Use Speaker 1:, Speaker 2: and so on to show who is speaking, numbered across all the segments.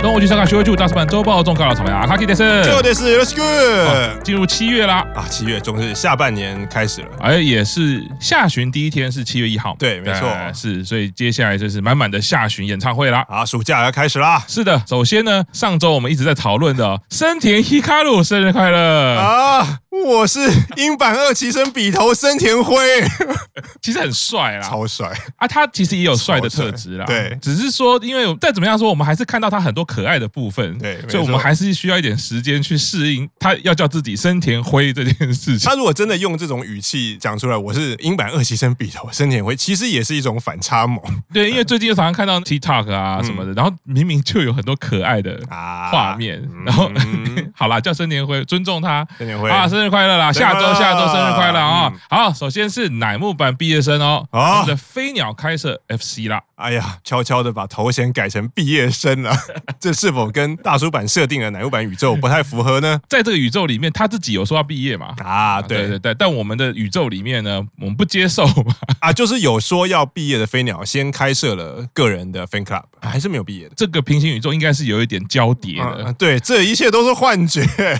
Speaker 1: 东我去上看学会就大师版周报中告了草莓啊，卡基德 森。
Speaker 2: 就 得是 Let's Go
Speaker 1: 进入七月啦，
Speaker 2: 啊！七月终是下半年开始了，
Speaker 1: 而也是下旬第一天是七月一号，
Speaker 2: 对没错
Speaker 1: 呃是，所以接下来就是满满的下旬演唱会啦。
Speaker 2: 啊，暑假要开始啦！
Speaker 1: 是的，首先呢，上周我们一直在讨论的森田 Hikaru 生日快乐，
Speaker 2: 啊，我是英版二期生笔头森 田辉，
Speaker 1: 其实很帅啦，
Speaker 2: 超帅
Speaker 1: 啊，他其实也有帅的
Speaker 2: 超帅
Speaker 1: 特质啦，
Speaker 2: 对
Speaker 1: 只是说，因为再怎么样说，我们还是看到他很多可爱的部分，
Speaker 2: 对没错
Speaker 1: 所以我们还是需要一点时间去适应他要叫自己森田辉这件事情。
Speaker 2: 他如果真的用这种语气讲出来，我是英版二期生笔头森田辉，其实也是一种反差萌
Speaker 1: 对，因为最近又常常看到 TikTok 啊什么的，然后明明就有很多可爱的
Speaker 2: 嗯啊
Speaker 1: 画面，然后、
Speaker 2: 嗯
Speaker 1: 好啦，叫森田辉，尊重他。
Speaker 2: 森田辉
Speaker 1: 啊，生日快乐啦！
Speaker 2: 生日
Speaker 1: 下
Speaker 2: 快
Speaker 1: 周
Speaker 2: 乐嗯
Speaker 1: 下周生日快乐啊、好，首先是乃木坂毕业生哦，
Speaker 2: 啊
Speaker 1: 我们的飞鸟开设 FC 啦。
Speaker 2: 哎呀，悄悄的把头衔改成毕业 生了，这是否跟大叔版设定的奶油版宇宙不太符合呢？
Speaker 1: 在这个宇宙里面，他自己有说要毕业嘛？
Speaker 2: 啊，
Speaker 1: 对对
Speaker 2: 对
Speaker 1: 对，但我们的宇宙里面呢，我们不接受嘛。
Speaker 2: 啊，就是有说要毕业的飞鸟先开设了个人的 fan club，啊还是没有毕业的。
Speaker 1: 这个平行宇宙应该是有一点交叠的，
Speaker 2: 啊，对，这一切都是幻觉，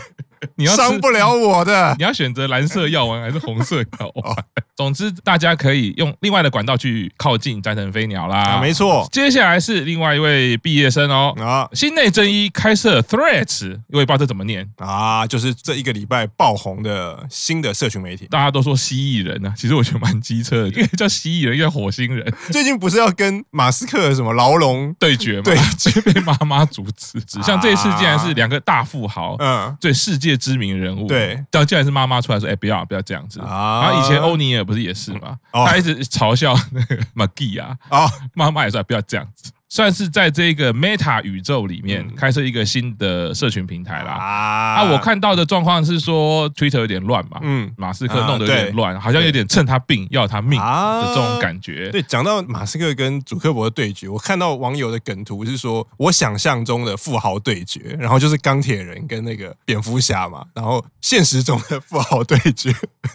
Speaker 1: 你要吃啊
Speaker 2: 伤不了我 的。
Speaker 1: 你要选择蓝色药丸还是红色药丸？
Speaker 2: 哦
Speaker 1: 总之，大家可以用另外的管道去靠近斋藤飞鸟啦。
Speaker 2: 啊，没。错
Speaker 1: 接下来是另外一位毕业生哦，
Speaker 2: 啊
Speaker 1: 新内真一开设 Threads，我也不知道这怎么念，
Speaker 2: 啊，就是这一个礼拜爆红的新的社群媒体。
Speaker 1: 大家都说蜥蜴人啊，其实我觉得蛮机车的，
Speaker 2: 嗯
Speaker 1: 因为叫蜥蜴人，一个叫火星人
Speaker 2: 最近不是要跟马斯克什么牢笼？
Speaker 1: 对决嘛，
Speaker 2: 对
Speaker 1: 就被妈妈阻止。 像这一次竟然是两个大富豪。
Speaker 2: 嗯
Speaker 1: 对世界知名人物，
Speaker 2: 对，
Speaker 1: 到竟然是妈妈出来说：“哎、不要不要这样子。
Speaker 2: 啊
Speaker 1: 然后以前欧尼尔不是也是嘛，
Speaker 2: 哦
Speaker 1: 他一直嘲笑那个 McGee 啊，
Speaker 2: 啊
Speaker 1: 妈妈也说不要这样子，算是在这个 Meta 宇宙里面
Speaker 2: 嗯
Speaker 1: 开设一个新的社群平台啦。
Speaker 2: 啊
Speaker 1: 啊，我看到的状况是说 Twitter 有点乱嘛，
Speaker 2: 嗯
Speaker 1: 马斯克弄得有
Speaker 2: 啊对
Speaker 1: 点乱，好像有点趁他病要他命
Speaker 2: 啊
Speaker 1: 的这种感觉。
Speaker 2: 对，讲到马斯克跟祖克伯的对决，我看到网友的梗图是说，我想象中的富豪对决，然后就是钢铁人跟那个蝙蝠侠嘛，然后现实中的富豪对决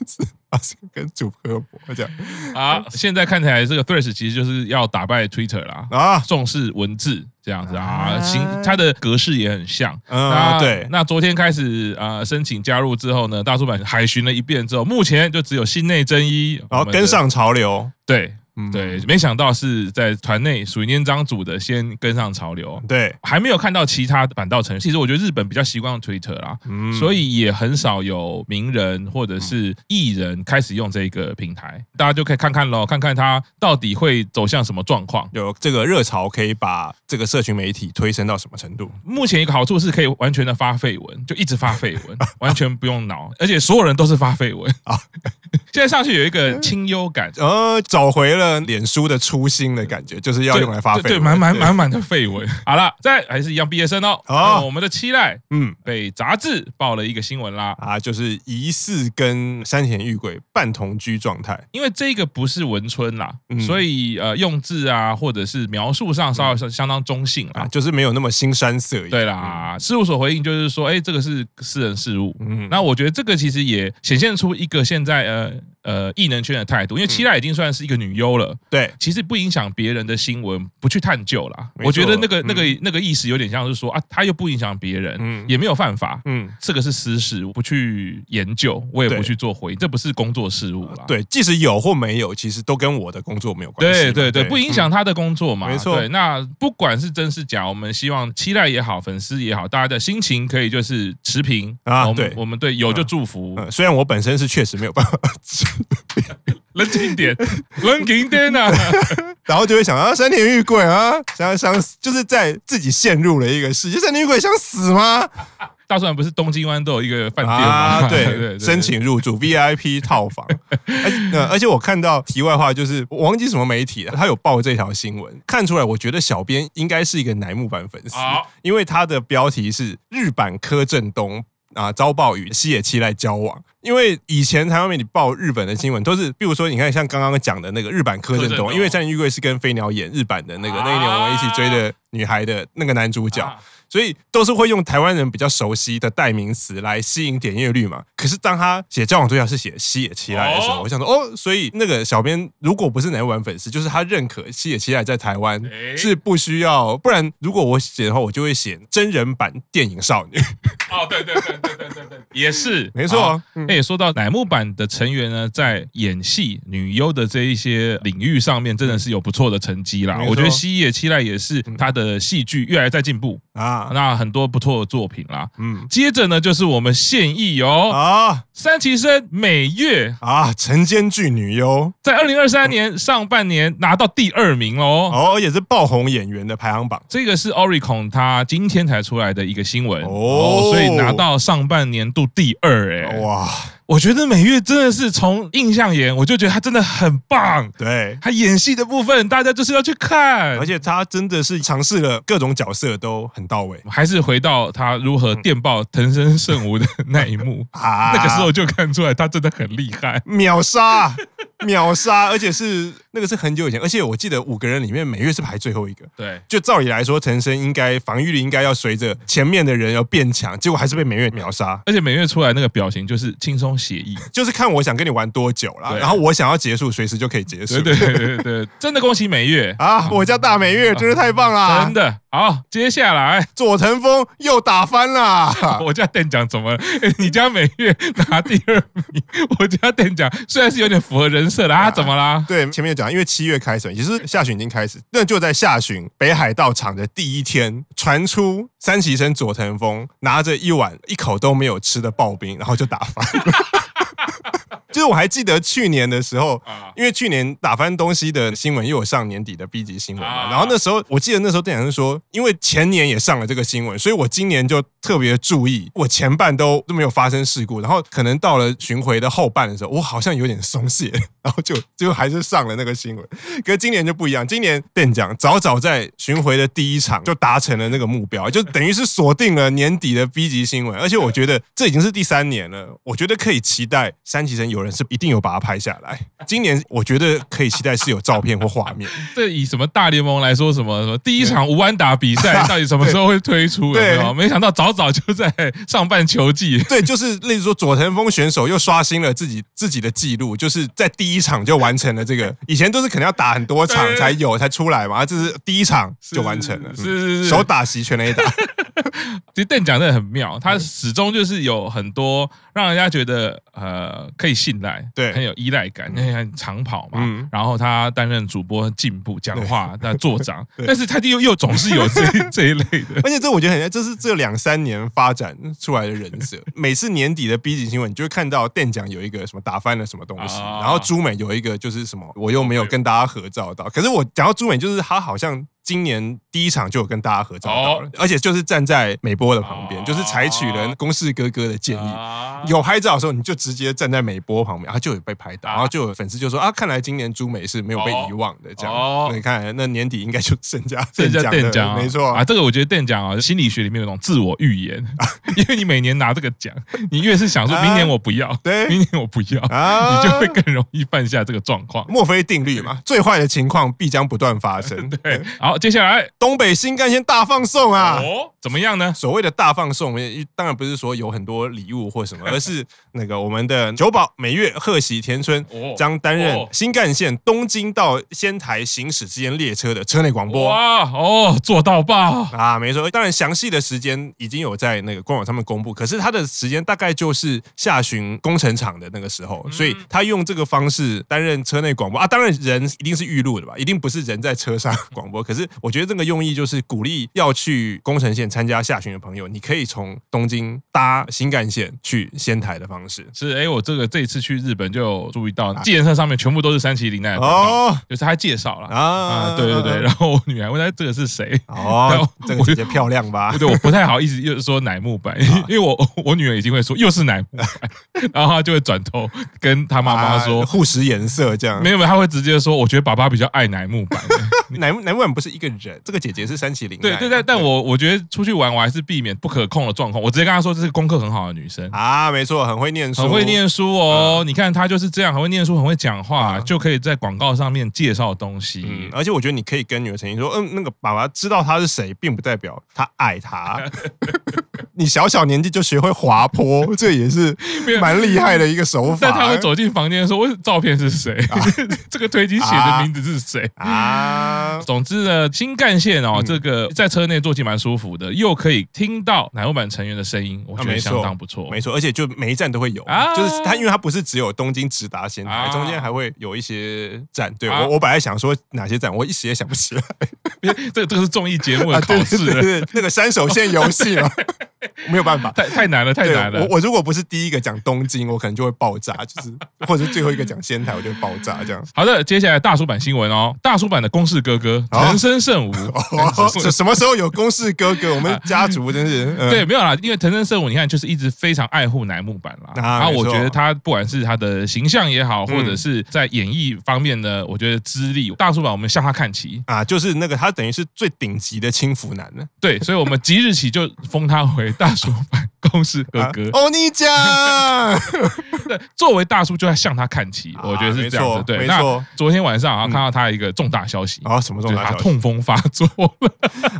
Speaker 2: 是马斯克跟祖克伯这样
Speaker 1: 啊，现在看起来这个 Threads 其实就是要打败 Twitter 啦，
Speaker 2: 啊，
Speaker 1: 重视文字这样子啊，
Speaker 2: 啊
Speaker 1: 形它的格式也很像。
Speaker 2: 嗯，
Speaker 1: 那
Speaker 2: 对，
Speaker 1: 那昨天开始呃申请加入之后呢，大出版海巡了一遍之后，目前就只有信内真一，
Speaker 2: 然后
Speaker 1: 我们的
Speaker 2: 哦跟上潮流，
Speaker 1: 对
Speaker 2: 嗯，
Speaker 1: 对，没想到是在团内属于年长组的先跟上潮流，
Speaker 2: 对，
Speaker 1: 还没有看到其他板道城市。其实我觉得日本比较习惯用 Twitter 啦，
Speaker 2: 嗯
Speaker 1: 所以也很少有名人或者是艺人开始用这个平台，大家就可以看看咯，看看他到底会走向什么状况。
Speaker 2: 有这个热潮可以把这个社群媒体推升到什么程度？
Speaker 1: 目前一个好处是可以完全的发绯闻，就一直发绯 闻，完全不用脑，而且所有人都是发绯闻啊。 现在上去有一
Speaker 2: 嗯
Speaker 1: 个清幽感，
Speaker 2: 呃，找回了脸书的初心的感觉，就是要
Speaker 1: 对
Speaker 2: 用来发
Speaker 1: 对
Speaker 2: 绯闻，
Speaker 1: 对，满满
Speaker 2: 对，
Speaker 1: 满满的绯 闻。好了，再还是一样毕业生哦。
Speaker 2: 好
Speaker 1: 那我们的期待
Speaker 2: 嗯。
Speaker 1: 被杂志报了一个新闻啦，
Speaker 2: 啊，就是疑似跟山田裕贵半同居状态。
Speaker 1: 因为这个不是文春啦，
Speaker 2: 嗯
Speaker 1: 所以呃用字啊或者是描述上稍微相相当中性
Speaker 2: 啊，
Speaker 1: 啦。
Speaker 2: 就是没有那么新山色眼。
Speaker 1: 哦对啦，事务所回应就是说，哎，这个是私人事务。
Speaker 2: 嗯，
Speaker 1: 那我觉得这个其实也显现出一个现在呃呃艺能圈的态度，因为期待已经算是一个女优了。
Speaker 2: 对
Speaker 1: 其实不影响别人的新闻，不去探究啦。
Speaker 2: 没错
Speaker 1: 我觉得那个
Speaker 2: 嗯
Speaker 1: 那个那个意思有点像是说啊，他又不影响别人
Speaker 2: 嗯，
Speaker 1: 也没有犯法，
Speaker 2: 嗯，
Speaker 1: 这个是私事，我不去研究，我也
Speaker 2: 对
Speaker 1: 不去做回应，这不是工作事务啦。
Speaker 2: 对，即使有或没有，其实都跟我的工作没有关系嘛。
Speaker 1: 对对对，不影响
Speaker 2: 嗯。
Speaker 1: 他的工作嘛。
Speaker 2: 没错
Speaker 1: 对，那不管是真是假，我们希望期待也好，粉丝也好，大家的心情可以就是持平
Speaker 2: 啊
Speaker 1: 我们
Speaker 2: 对
Speaker 1: 我们对有就祝福，
Speaker 2: 嗯，虽然我本身是确实没有办法吃，
Speaker 1: 冷静一点， 冷静一点啊。
Speaker 2: 然后就会想啊，山田裕贵啊，想想就是在自己陷入了一个世界，山田裕贵想死吗？
Speaker 1: 大蒜不是东京湾都有一个饭店
Speaker 2: 啊，
Speaker 1: 吗？
Speaker 2: 对，申。请入住 VIP 套房。 而且呃而且我看到题外话，就是我忘记什么媒体了，他有报这条新闻，看出来，我觉得小编应该是一个乃木坂粉丝
Speaker 1: 好，
Speaker 2: 因为他的标题是日版柯震东。啊，遭报与西野七濑交往，因为以前台湾媒体报日本的新闻都是，比如说你看像刚刚讲的那个日版柯震
Speaker 1: 柯震
Speaker 2: 东，
Speaker 1: 东
Speaker 2: 因为战玉贵是跟飞鸟演日版的那个，
Speaker 1: 啊
Speaker 2: 那一年我们一起追的女孩的那个男主角，
Speaker 1: 啊
Speaker 2: 所以都是会用台湾人比较熟悉的代名词来吸引点阅率嘛。可是当他写交往对象是写西野七濑的时候，
Speaker 1: 哦
Speaker 2: 我想说哦，所以那个小编如果不是男版粉丝，就是他认可西野七濑在台湾
Speaker 1: 诶
Speaker 2: 是不需要，不然如果我写的话，我就会写真人版电影少女。
Speaker 1: 哦，对对对对对对对， 也是
Speaker 2: 没错
Speaker 1: 好
Speaker 2: 啊，嗯
Speaker 1: 那也说到乃木坂的成员呢，在演戏女优的这一些领域上面，真的是有不错的成绩啦
Speaker 2: 嗯没。错嗯
Speaker 1: 我觉得西野七濑也是他的戏剧越来越在进步，
Speaker 2: 啊，
Speaker 1: 那很多不错的作品啦。
Speaker 2: 嗯
Speaker 1: 接着呢，就是我们现役哦，
Speaker 2: 啊
Speaker 1: 三崎生美月
Speaker 2: 啊，晨间剧女优
Speaker 1: 在二零二
Speaker 2: 嗯
Speaker 1: 三年上半年拿到第二名哦。
Speaker 2: 哦，也是爆红演员的排行榜。
Speaker 1: 这个是 Oricon 它今天才出来的一个新闻
Speaker 2: 哦
Speaker 1: 哦，所以拿到上半年度第二哎，
Speaker 2: 哇，
Speaker 1: 我觉得美月真的是从印象演，我就觉得她真的很棒。
Speaker 2: 对，
Speaker 1: 她演戏的部分，大家就是要去看。
Speaker 2: 而且他真的是尝试了各种角色，都很到位
Speaker 1: 还是回到她如何电报藤生圣吾的那一幕，
Speaker 2: 啊
Speaker 1: 那个时候就看出来她真的很厉害。
Speaker 2: 秒杀， 秒杀，而且是那个是很久以前，而且我记得五个人里面每月是排最后一个。
Speaker 1: 对，
Speaker 2: 就照理来说，陈升应该防御力应该要随着前面的人要变强，结果还是被每月秒杀。
Speaker 1: 而且美月出来那个表情就是轻松写意。
Speaker 2: 就是看我想跟你玩多久啦，
Speaker 1: 对
Speaker 2: 然后我想要结束，随时就可以结束。
Speaker 1: 对对对对对，真的恭喜美月，
Speaker 2: 啊，我叫大美月，真是太棒 啦！
Speaker 1: 真的好。接下来！
Speaker 2: 佐藤峰又打翻啦
Speaker 1: 我家店长怎么了？ 哎你家美月拿第二名， 我家店长虽然是有点符合人设啦，啊怎么啦？
Speaker 2: 对，前面有讲，因为七月开始，也就是下旬已经开始，那就在下旬北海道场的第一天，传出三崎生佐藤峰拿着一碗一口都没有吃的刨冰，然后就打翻了。 就是我还记得去年的时候，
Speaker 1: 啊
Speaker 2: 因为去年打翻东西的新闻又有上年底的 B 级新闻嘛，
Speaker 1: 啊
Speaker 2: 然后那时候我记得那时候店长是说，因为前年也上了这个新闻，所以我今年就特别注意，我前半都都没有发生事故，然后可能到了巡回的后半的时候，我好像有点松懈，然后就就还是上了那个新闻。可是今年就不一样，今年店长早早在巡回的第一场就达成了那个目标，就等于是锁定了年底的 B 级新闻，而且我觉得这已经是第三年了，我觉得可以期待三崎神有人是一定有把它拍下来。今年我觉得可以期待是有照片或画面，
Speaker 1: 这以什么大联盟来说，什么什么第一场无安打比 赛到底什么时候会推出？有没
Speaker 2: 对
Speaker 1: 有？没想到早早就在上半球季。
Speaker 2: 对，就是例如说佐藤峰选手又刷新了自己自己的记录，就是在第一场就完成了这个，以前都是可能要打很多场
Speaker 1: 对
Speaker 2: 才有才出来嘛，这是第一场就完成了，
Speaker 1: 是
Speaker 2: 嗯
Speaker 1: 是是
Speaker 2: 手打席全垒打。
Speaker 1: 其实邓讲真的很妙，他始终就是有很多让人家觉得呃可以信赖，
Speaker 2: 对
Speaker 1: 很有依赖感。因为他长跑嘛，
Speaker 2: 嗯
Speaker 1: 然后他担任主播进步讲话，那做长，
Speaker 2: 对
Speaker 1: 但是他又又总是有这这一类 的。
Speaker 2: 而且这我觉得很，这是这两三年发展出来的人设。每次年底的 B 级新闻，你就会看到店长有一个什么打翻了什么东西，
Speaker 1: 啊
Speaker 2: 然后朱美有一个就是什么，我又没有跟大家合照到。可是我讲到朱美，就是她好像。今年第一场就有跟大家合照到了，而且就是站在美波的旁边，
Speaker 1: 哦
Speaker 2: 就是采取了公式哥哥的建议，
Speaker 1: 啊
Speaker 2: 有拍照的时候，你就直接站在美波旁边，然后就有被拍到，
Speaker 1: 啊
Speaker 2: 然后就有粉丝就说啊，看来今年朱美是没有被遗忘的，这样。
Speaker 1: 哦
Speaker 2: 那你看，那年底应该就剩下
Speaker 1: 这叫
Speaker 2: 店
Speaker 1: 电
Speaker 2: 长
Speaker 1: 奖
Speaker 2: 了
Speaker 1: 啊，
Speaker 2: 没错
Speaker 1: 啊。这个我觉得电奖啊，心理学里面有种自我预言， 因为你每年拿这个奖，你越是想说明年我不要，
Speaker 2: 对
Speaker 1: 明年我不要，
Speaker 2: 啊
Speaker 1: 你就会更容易犯下这个状况。
Speaker 2: 墨菲定 律嘛，最坏的情况必将不断发生。
Speaker 1: 对，好，接下来
Speaker 2: 东北新干线大放送啊！
Speaker 1: 哦，怎么样呢？
Speaker 2: 所谓的大放送，当然不是说有很多礼物 或什么，而是那个我们的九保美月贺喜田村
Speaker 1: 哦
Speaker 2: 将担任
Speaker 1: 哦
Speaker 2: 新干线东京到仙台行驶之间列车的车内广播。
Speaker 1: 哇哦，做到爆！
Speaker 2: 啊，没错，当然详细的时间已经有在那个官网上面公布，可是它的时间大概就是下旬工程厂的那个时
Speaker 1: 嗯
Speaker 2: 候，所以他用这个方式担任车内广播啊，当然人一定是预录的吧，一定不是人在车上广播，可是我觉得这个用意就是鼓励要去宫城县参加下旬的朋友，你可以从东京搭新干线去仙台的方式
Speaker 1: 是哎、我这个这一次去日本就有注意到，
Speaker 2: 啊
Speaker 1: 计程车上面全部都是三崎林奈的广告，就是他介绍了啊
Speaker 2: 哦啊
Speaker 1: 对对对。然后我女儿问他这个是谁，
Speaker 2: 哦，这个姐姐漂亮吧
Speaker 1: 不？ 对，我不太好意思，又说乃木坂，
Speaker 2: 啊
Speaker 1: 因为我我女儿已经会说又是乃木坂，然后她就会转头跟她妈妈说
Speaker 2: 啊，护食颜色这样
Speaker 1: 没有没有，她会直接说，我觉得爸爸比较爱乃木坂，
Speaker 2: 南南万不是一个人，这个姐姐是三崎零奈啊
Speaker 1: 对
Speaker 2: 嘛。
Speaker 1: 对对，但我我觉得出去玩，我还是避免不可控的状况。我直接跟她说，这是功课很好的女生，
Speaker 2: 啊，没错，很会念书，
Speaker 1: 很会念书哦。你看她就是这样，很会念书，很会讲话，
Speaker 2: 嗯
Speaker 1: 就可以在广告上面介绍东
Speaker 2: 嗯
Speaker 1: 西，。
Speaker 2: 而且我觉得你可以跟女儿澄清说，嗯，那个爸爸知道他是谁，并不代表他 爱他。你小小年纪就学会滑坡，这也是
Speaker 1: 没有
Speaker 2: 蛮厉害的一个手法。
Speaker 1: 啊但她会走进房间说：“我照片是谁？ 这个推机写的名字是谁？”
Speaker 2: 啊，
Speaker 1: 总之呢，新干线哦，
Speaker 2: 嗯
Speaker 1: 这个在车内坐骑蛮舒服的，又可以听到奶油版成员的声音，我觉
Speaker 2: 啊
Speaker 1: 得
Speaker 2: 没错
Speaker 1: 相当不错。
Speaker 2: 没错，而且就每一站都会有，
Speaker 1: 啊
Speaker 2: 就是它，因为它不是只有东京直达仙台，
Speaker 1: 啊
Speaker 2: 中间还会有一些站。对
Speaker 1: 啊
Speaker 2: 我，我本来想说哪些站，我一时也想不起来。
Speaker 1: 这个这个是综艺节目
Speaker 2: 啊，
Speaker 1: 的
Speaker 2: 对
Speaker 1: 考
Speaker 2: 对
Speaker 1: 试
Speaker 2: 对
Speaker 1: 了，
Speaker 2: 对，对那个山手线游戏 嘛，没有办法。
Speaker 1: 太太难了，太
Speaker 2: 对
Speaker 1: 难了
Speaker 2: 我。我如果不是第一个讲东京，我可能就会爆炸，就是或者是最后一个讲仙台，我就会爆炸 这样。
Speaker 1: 好的，接下来大叔版新闻哦，大叔版的公式哥哥
Speaker 2: 哦
Speaker 1: 藤森圣武， 哎
Speaker 2: 哦，什什么时候有公式哥哥？我们家族真是、嗯
Speaker 1: 啊对，没有啦，因为藤森圣武，你看就是一直非常爱护乃木坂啦。
Speaker 2: 啊
Speaker 1: 然后
Speaker 2: 没
Speaker 1: 我
Speaker 2: 错
Speaker 1: 觉得他不管是他的形象也好，或者
Speaker 2: 嗯
Speaker 1: 是在演艺方面呢，我觉得资历大叔版我们向他看齐。
Speaker 2: 啊，就是那个他等于是最顶级的轻浮男了。
Speaker 1: 对，所以我们即日起就封他为大叔版公式哥哥。
Speaker 2: 欧尼酱，
Speaker 1: 对，作为大叔就要向他看齐，我觉得是这样
Speaker 2: 啊没
Speaker 1: 子。
Speaker 2: 错
Speaker 1: 对，
Speaker 2: 没
Speaker 1: 那
Speaker 2: 错。嗯
Speaker 1: 昨天晚上啊，看到他一个重大消息，
Speaker 2: 哦，什么
Speaker 1: 就
Speaker 2: 重
Speaker 1: 是
Speaker 2: 大
Speaker 1: 他
Speaker 2: 消息？
Speaker 1: 痛风发作了。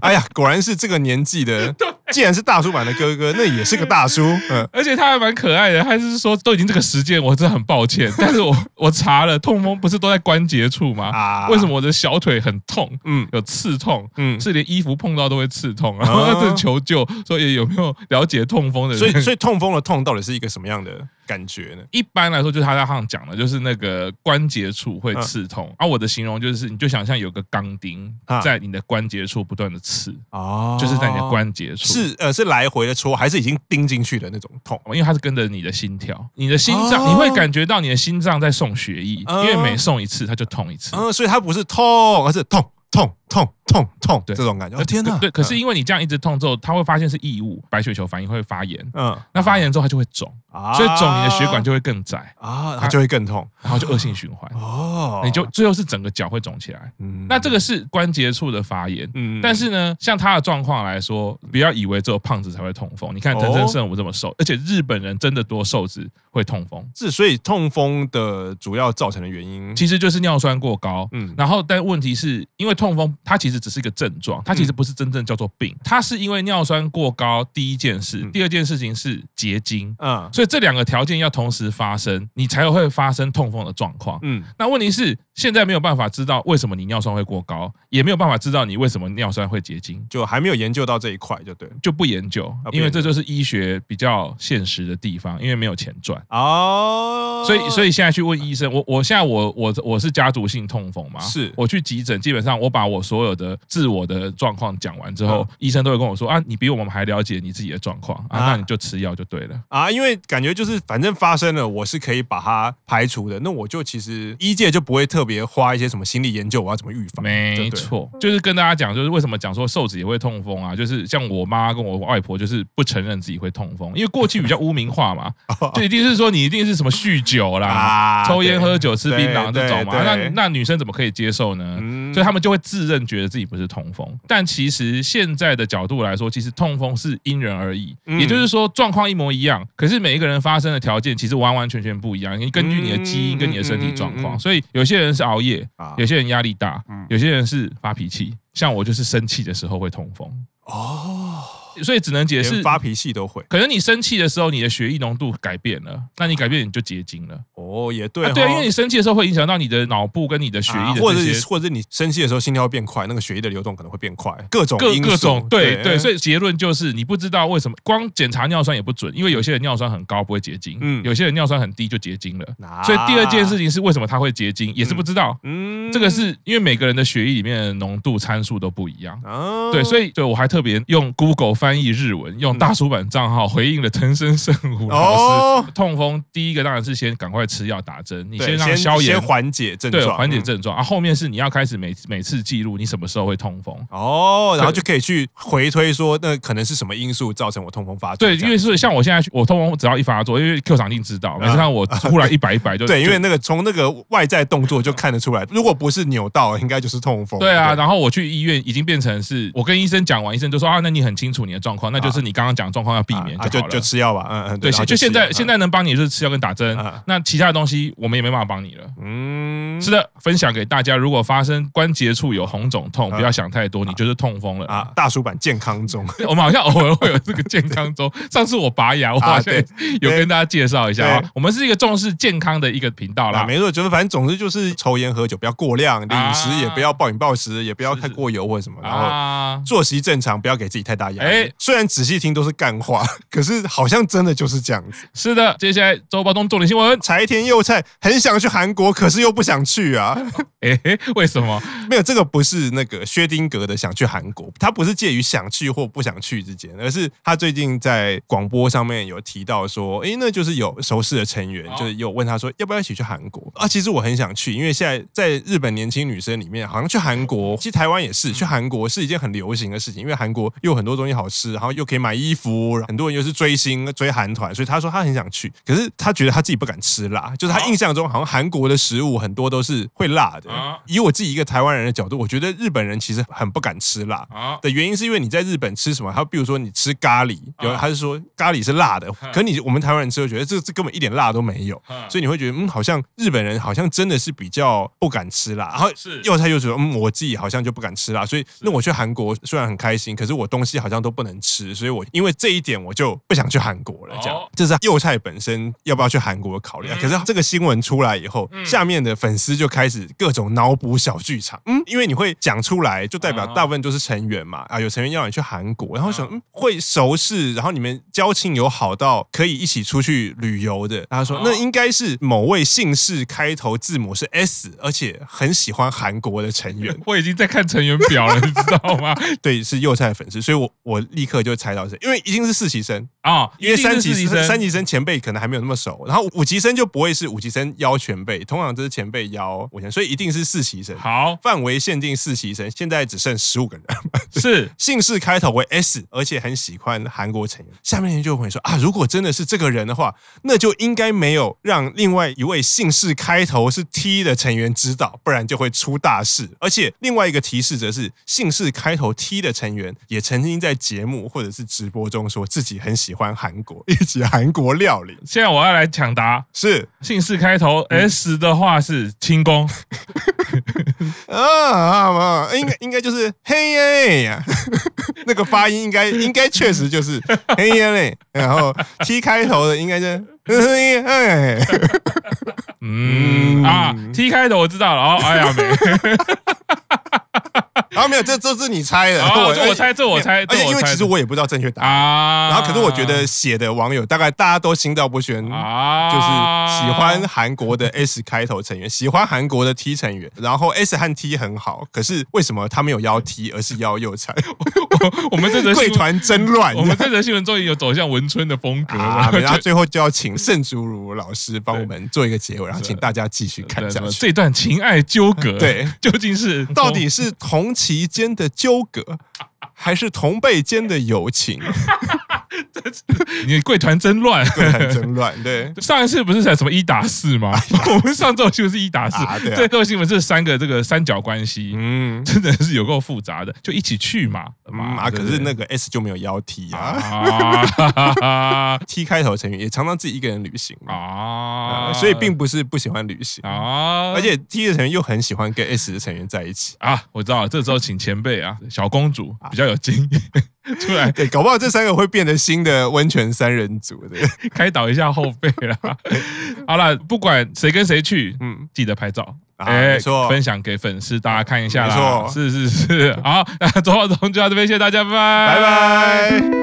Speaker 2: 哎呀，果然是这个年纪 的，既然是大叔版的哥哥，那也是个大叔。嗯，
Speaker 1: 而且他还蛮可爱的，他是说都已经这个时间，我真的很抱歉。但是我我查了，痛风不是都在关节处吗？
Speaker 2: 啊
Speaker 1: 为什？么我的小腿很痛，
Speaker 2: 嗯
Speaker 1: 有刺痛？
Speaker 2: 嗯，哦
Speaker 1: 是连衣服碰到都会刺痛，然 后他就求救，说也有没有了解痛风的人？
Speaker 2: 所以所以痛风的痛到底是一个什么样的感觉呢？
Speaker 1: 一般来说，就是他在上讲的，就是那个关节处会刺痛。啊，我的形容就是，你就想象有个钢钉
Speaker 2: 嗯啊
Speaker 1: 在你的关节处不断的刺，
Speaker 2: 哦
Speaker 1: 就是在你的关节处。
Speaker 2: 是呃是来回的戳，还是已经钉进去的那种痛？
Speaker 1: 因为它是跟着你的心跳，你的心脏，
Speaker 2: 哦
Speaker 1: 你会感觉到你的心脏在送血液，因
Speaker 2: 嗯
Speaker 1: 为每送一次它就痛一次。
Speaker 2: 嗯，所以它不是痛，而是痛痛痛痛痛
Speaker 1: 对哎
Speaker 2: 这种感觉。哦天哪！
Speaker 1: 呃对，可是
Speaker 2: 嗯
Speaker 1: 因为你这样一直痛之后，它会发现是异物，白血球反应会发炎，
Speaker 2: 嗯，
Speaker 1: 那发炎之后它就会肿，
Speaker 2: 啊
Speaker 1: 所以肿你的血管就会更窄，
Speaker 2: 啊，它就会更痛
Speaker 1: 然后就恶性循环，
Speaker 2: 哦。
Speaker 1: 你就最后是整个脚会肿起来。
Speaker 2: 嗯
Speaker 1: 那这个是关节处的发炎，
Speaker 2: 嗯
Speaker 1: 但是呢，像他的状况来说，不要以为只有胖子才会痛风。你看
Speaker 2: 哦
Speaker 1: 藤森圣武这么瘦，而且日本人真的多瘦子会痛风，
Speaker 2: 是所以痛风的主要造成的原因，
Speaker 1: 其实就是尿酸过高。
Speaker 2: 嗯
Speaker 1: 然后，但问题是因为痛风，它其实只是一个症状，它
Speaker 2: 嗯
Speaker 1: 其实不是真正叫做病，它是因为尿酸过高。第一件事，
Speaker 2: 嗯
Speaker 1: 第二件事情是结晶，
Speaker 2: 嗯
Speaker 1: 所以这两个条件要同时发生，你才会发生痛风的状况。
Speaker 2: 嗯
Speaker 1: 那问题是，现在没有办法知道为什么你尿酸会过高，也没有办法知道你为什么尿酸会结晶。
Speaker 2: 就还没有研究到这一块，就对了。
Speaker 1: 就不研究，
Speaker 2: 啊不
Speaker 1: 因为
Speaker 2: 研
Speaker 1: 这
Speaker 2: 究
Speaker 1: 就是医学比较现实的地方，因为没有钱赚。
Speaker 2: 哦，
Speaker 1: 所以，所
Speaker 2: 以
Speaker 1: 以现在去问医生，我我现在我我我是家族性痛风嘛，
Speaker 2: 是
Speaker 1: 啊我去急诊，基本上我把我所有的自我的状况讲完之后，
Speaker 2: 嗯
Speaker 1: 医生都会跟我说啊，你比我们还了解你自己的状况啊，
Speaker 2: 啊
Speaker 1: 那你就吃药就对了。
Speaker 2: 啊，因为感觉就是反正发生了，我是可以把它排除的。那我就其实医界就不会特别花一些什么心理研究，我要怎么预防？
Speaker 1: 没
Speaker 2: 就对了，
Speaker 1: 错，就是跟大家讲，就是为什么讲说瘦子也会痛风啊，就是像我妈跟我外婆，就是不承认自己会痛风，因为过去比较污名化嘛，就一定是说你一定是什么酗酒啦、
Speaker 2: 哦啊
Speaker 1: 抽烟、
Speaker 2: 对
Speaker 1: 喝酒、吃槟榔这
Speaker 2: 对
Speaker 1: 种嘛，
Speaker 2: 对
Speaker 1: 那
Speaker 2: 对
Speaker 1: 那女生怎么可以接受呢？
Speaker 2: 嗯
Speaker 1: 所以他们就会自认觉得自己不是痛风，但其实现在的角度来说，其实痛风是因人而异，
Speaker 2: 嗯
Speaker 1: 也就是说状况一模一样，可是每一个人发生的条件其实完完全全不一样，你根据你的基因
Speaker 2: 嗯
Speaker 1: 跟你的身体状
Speaker 2: 嗯
Speaker 1: 况，
Speaker 2: 嗯嗯嗯
Speaker 1: 所以有些人是熬夜，
Speaker 2: 啊
Speaker 1: 有些人压力大
Speaker 2: 嗯，
Speaker 1: 有些人是发脾气，像我就是生气的时候会痛风，
Speaker 2: 哦，
Speaker 1: 所以只能解释
Speaker 2: 连发脾气都会
Speaker 1: 可能你生气的时候，你的血液浓度改变了，那你改变你就结晶了。
Speaker 2: 哦，也对、
Speaker 1: 啊
Speaker 2: 哦，
Speaker 1: 对啊，因为你生气的时候会影响到你的脑部跟你的血
Speaker 2: 啊
Speaker 1: 液的
Speaker 2: 或者
Speaker 1: 这
Speaker 2: 是
Speaker 1: 些
Speaker 2: 或者是你生气的时候心跳会变快，那个血液的流动可能会变快，各种
Speaker 1: 各
Speaker 2: 因素
Speaker 1: 各种对哎对，所
Speaker 2: 以
Speaker 1: 以结论就是你不知道为什么光检查尿酸也不准，因为有些人尿酸很高不会结晶，
Speaker 2: 嗯
Speaker 1: 有些人尿酸很低就结晶了。所以第二件事，情是为什么它会结晶，也是不知道。
Speaker 2: 嗯
Speaker 1: 这个是因为每个人的血液里面的浓度参数都不一样。
Speaker 2: 啊
Speaker 1: 对，所以对我还特别用 Google 翻译日文，用大叔版账号回应了藤森圣武老师。
Speaker 2: 哦，
Speaker 1: 痛风第一个当然是先赶快吃药打针，你
Speaker 2: 对
Speaker 1: 先让
Speaker 2: 先
Speaker 1: 消炎
Speaker 2: 先缓解症
Speaker 1: 对
Speaker 2: 状，
Speaker 1: 缓解
Speaker 2: 嗯。
Speaker 1: 症状啊，后面是你要开始每每次记录你什么时候会痛风。
Speaker 2: 哦，然后
Speaker 1: 对
Speaker 2: 就可以去回推说，那可能是什么因素造成我痛风发作这
Speaker 1: 对，
Speaker 2: 样？啊
Speaker 1: 因为是像我现在去我痛风只要一发作，因为 Q 场一定知道，每次看我突然一百一百就
Speaker 2: 对，因
Speaker 1: 就
Speaker 2: 为那个从那个外在动作就看得出来，如果不是扭到，应该就是痛风。
Speaker 1: 对啊，然后我去医院已经变成是我跟医生讲完，医生就说啊，那你很清楚你的状况，那就是你刚刚讲的状况要避免
Speaker 2: 啊
Speaker 1: 就
Speaker 2: 就
Speaker 1: 好了
Speaker 2: 就。吃药吧，嗯嗯，
Speaker 1: 对，
Speaker 2: 然
Speaker 1: 现
Speaker 2: 后
Speaker 1: 就现在
Speaker 2: 吃药
Speaker 1: 现，在能帮你就是吃药跟打针
Speaker 2: 啊，
Speaker 1: 那其他的东西我们也没办法帮你了。
Speaker 2: 嗯，
Speaker 1: 是的，分享给大家，如果发生关节处有红肿痛，不要想太多，你就是痛风了
Speaker 2: 啊
Speaker 1: 啊，。
Speaker 2: 大叔版健康中，
Speaker 1: 我们好像偶尔会有这个健康周。上次我拔牙，我好像
Speaker 2: 啊
Speaker 1: 有跟大家介绍一下
Speaker 2: 对
Speaker 1: 啊。我们是一个重视健康的一个频道
Speaker 2: 啊，
Speaker 1: 啦。
Speaker 2: 没错，就是反正总之就是抽烟喝酒不要过量，
Speaker 1: 啊
Speaker 2: 饮食也不要暴饮暴食，也不要太过油或者什么，然后。
Speaker 1: 啊，
Speaker 2: 作息正常，不要给自己太大压力
Speaker 1: 哎。
Speaker 2: 虽然仔细听都是干话，可是好像真的就是这样子。
Speaker 1: 是的，接下来周报中重点新闻。
Speaker 2: 柴田佑菜很想去韩国，可是又不想去啊。
Speaker 1: 诶，为什 么？
Speaker 2: 没有，这个不是那个薛丁格的想去韩国，他不是介于想去或不想去之间，而是他最近在广播上面有提到说，诶，那就是有熟识的成员
Speaker 1: 哦，
Speaker 2: 就是有问他说要不要一起去韩国啊？其实我很想去，因为现在在日本年轻女生里面，好像去韩国，其实台湾也是去韩国是一件很流行的事情，因为韩国又有很多东西好吃，然后又可以买衣服，很多人又是追星追韩团，所以他说他很想去，可是他觉得他自己不敢吃辣，就是他
Speaker 1: 哦
Speaker 2: 印象中好像韩国的食物很多都是会辣的
Speaker 1: 啊，
Speaker 2: 以我自己一个台湾人的角度，我觉得日本人其实很不敢吃辣。
Speaker 1: 啊，
Speaker 2: 的原因是因为你在日本吃什么，他比如说你吃咖喱，有
Speaker 1: 啊
Speaker 2: 他是说咖喱是辣的
Speaker 1: 嗯，
Speaker 2: 可你我们台湾人吃会觉得这这根本一点辣都没有，所以你会觉得嗯，好像日本人好像真的是比较不敢吃辣，然后
Speaker 1: 是
Speaker 2: 又他又觉得嗯，我自己好像就不敢吃辣，所以那我去韩国虽然很开心，可是我东西好像都不能吃，所以我因为这一点我就不想去韩国了，这样
Speaker 1: 哦
Speaker 2: 这是幼菜本身要不要去韩国的考虑啊。
Speaker 1: 嗯
Speaker 2: 可是这个新闻出来以后，
Speaker 1: 嗯
Speaker 2: 下面的粉丝就开始各种脑补小剧场，嗯，因为你会讲出来，就代表
Speaker 1: 哦
Speaker 2: 大部分都是成员嘛，啊，有成员要你去韩国，然后想
Speaker 1: 哦
Speaker 2: 嗯会熟识，然后你们交情有好到可以一起出去旅游的，然后说
Speaker 1: 哦
Speaker 2: 那应该是某位姓氏开头字母是 S，而且很喜欢韩国的成 员，
Speaker 1: 我已经在看成员表了，你 知道吗？
Speaker 2: 对，是幼菜的粉丝，所以我我立刻就猜到是，因为一定是实习生，
Speaker 1: 啊，
Speaker 2: 因为三级
Speaker 1: 级
Speaker 2: 生
Speaker 1: 生，
Speaker 2: 三级生前辈可能还没有那么熟，然后五级生就不会是五级生邀前辈，通常都是前辈邀五级生，所以一定是四级生。
Speaker 1: 好
Speaker 2: 范围限定四级生，现在只剩十五个人。
Speaker 1: 是
Speaker 2: 姓氏开头为 S，而且很喜欢韩国成员。下面人就会说啊，如果真的是这个人的话，那就应该没有让另外一位姓氏开头是 T 的成员知道，不然就会出大事。而且另外一个提示则是，姓氏开头 T 的成员也曾经在节目或者是直播中说自己很喜欢韩国，一起韩国料理
Speaker 1: 现在我要来抢答。
Speaker 2: 是
Speaker 1: 姓氏开头
Speaker 2: 嗯
Speaker 1: S 的话是清宫，
Speaker 2: 啊啊啊！应该应该就是嘿耶呀， 那个发音应该应该确实就是嘿耶嘞。然后 T 开头的应该是嘿耶哎，
Speaker 1: 嗯
Speaker 2: 嗯
Speaker 1: 啊，T 开头我知道了，哦，哎呀 没，
Speaker 2: 然啊后没有，这这是你猜的，哎
Speaker 1: 哦这我猜这我猜
Speaker 2: 而且
Speaker 1: 这我
Speaker 2: 因为
Speaker 1: 猜
Speaker 2: 其实我也不知道正确答案。
Speaker 1: 啊，
Speaker 2: 然后，可是我觉得写的网友大概大家都心照不宣，
Speaker 1: 啊，
Speaker 2: 就是喜欢韩国的 S 开头成员，喜欢韩国的 T 成员，然后 S 和 T 很好，可是为什么他没有邀 T，而是邀右才？
Speaker 1: 我我们这则
Speaker 2: 贵
Speaker 1: 新闻，
Speaker 2: 团真乱，
Speaker 1: 我们这则新闻终于有走向文春的 风格
Speaker 2: 啊，
Speaker 1: 了，
Speaker 2: 然后最后就要请盛竹如老师帮我们做一个结尾，然后请大家继续看
Speaker 1: 什
Speaker 2: 下
Speaker 1: 么
Speaker 2: 去。
Speaker 1: 这段情爱纠葛，
Speaker 2: 对，
Speaker 1: 究竟是
Speaker 2: 到底是同期间的纠葛，还是同辈间的友情？
Speaker 1: 你贵团真乱？
Speaker 2: 对，很争乱。对，
Speaker 1: 上一次不是才什么一打四吗？ 我们上周就是一打四
Speaker 2: 啊对，啊
Speaker 1: 这各位新闻这三个这个三角关系，
Speaker 2: 嗯
Speaker 1: 真的是有够复杂的，就一起去嘛。
Speaker 2: 嗯
Speaker 1: 嘛
Speaker 2: 啊，
Speaker 1: 对
Speaker 2: 可
Speaker 1: 不
Speaker 2: 是
Speaker 1: 对
Speaker 2: 那个 S 就没有邀 T 啊。
Speaker 1: 啊
Speaker 2: T 开头的成员也常常自己一个人旅行嘛，
Speaker 1: 啊
Speaker 2: 啊，所以并不是不喜欢旅行，
Speaker 1: 啊，
Speaker 2: 而且 T 的成员又很喜欢跟 S 的成员在一起。
Speaker 1: 啊，我知道了，这时候请前辈啊，小公主比较有经 验，出来
Speaker 2: 对，搞不好这三个会变成新的温泉三人组的。
Speaker 1: 开导一下后辈 啦。好了，不管谁跟谁去，
Speaker 2: 嗯，
Speaker 1: 记得拍照。
Speaker 2: 啊
Speaker 1: 哎
Speaker 2: 没错
Speaker 1: 分享给粉丝大家看一下啦。
Speaker 2: 没错
Speaker 1: 是是是。好，那周报中就到这边，谢谢大家，拜拜
Speaker 2: 拜拜。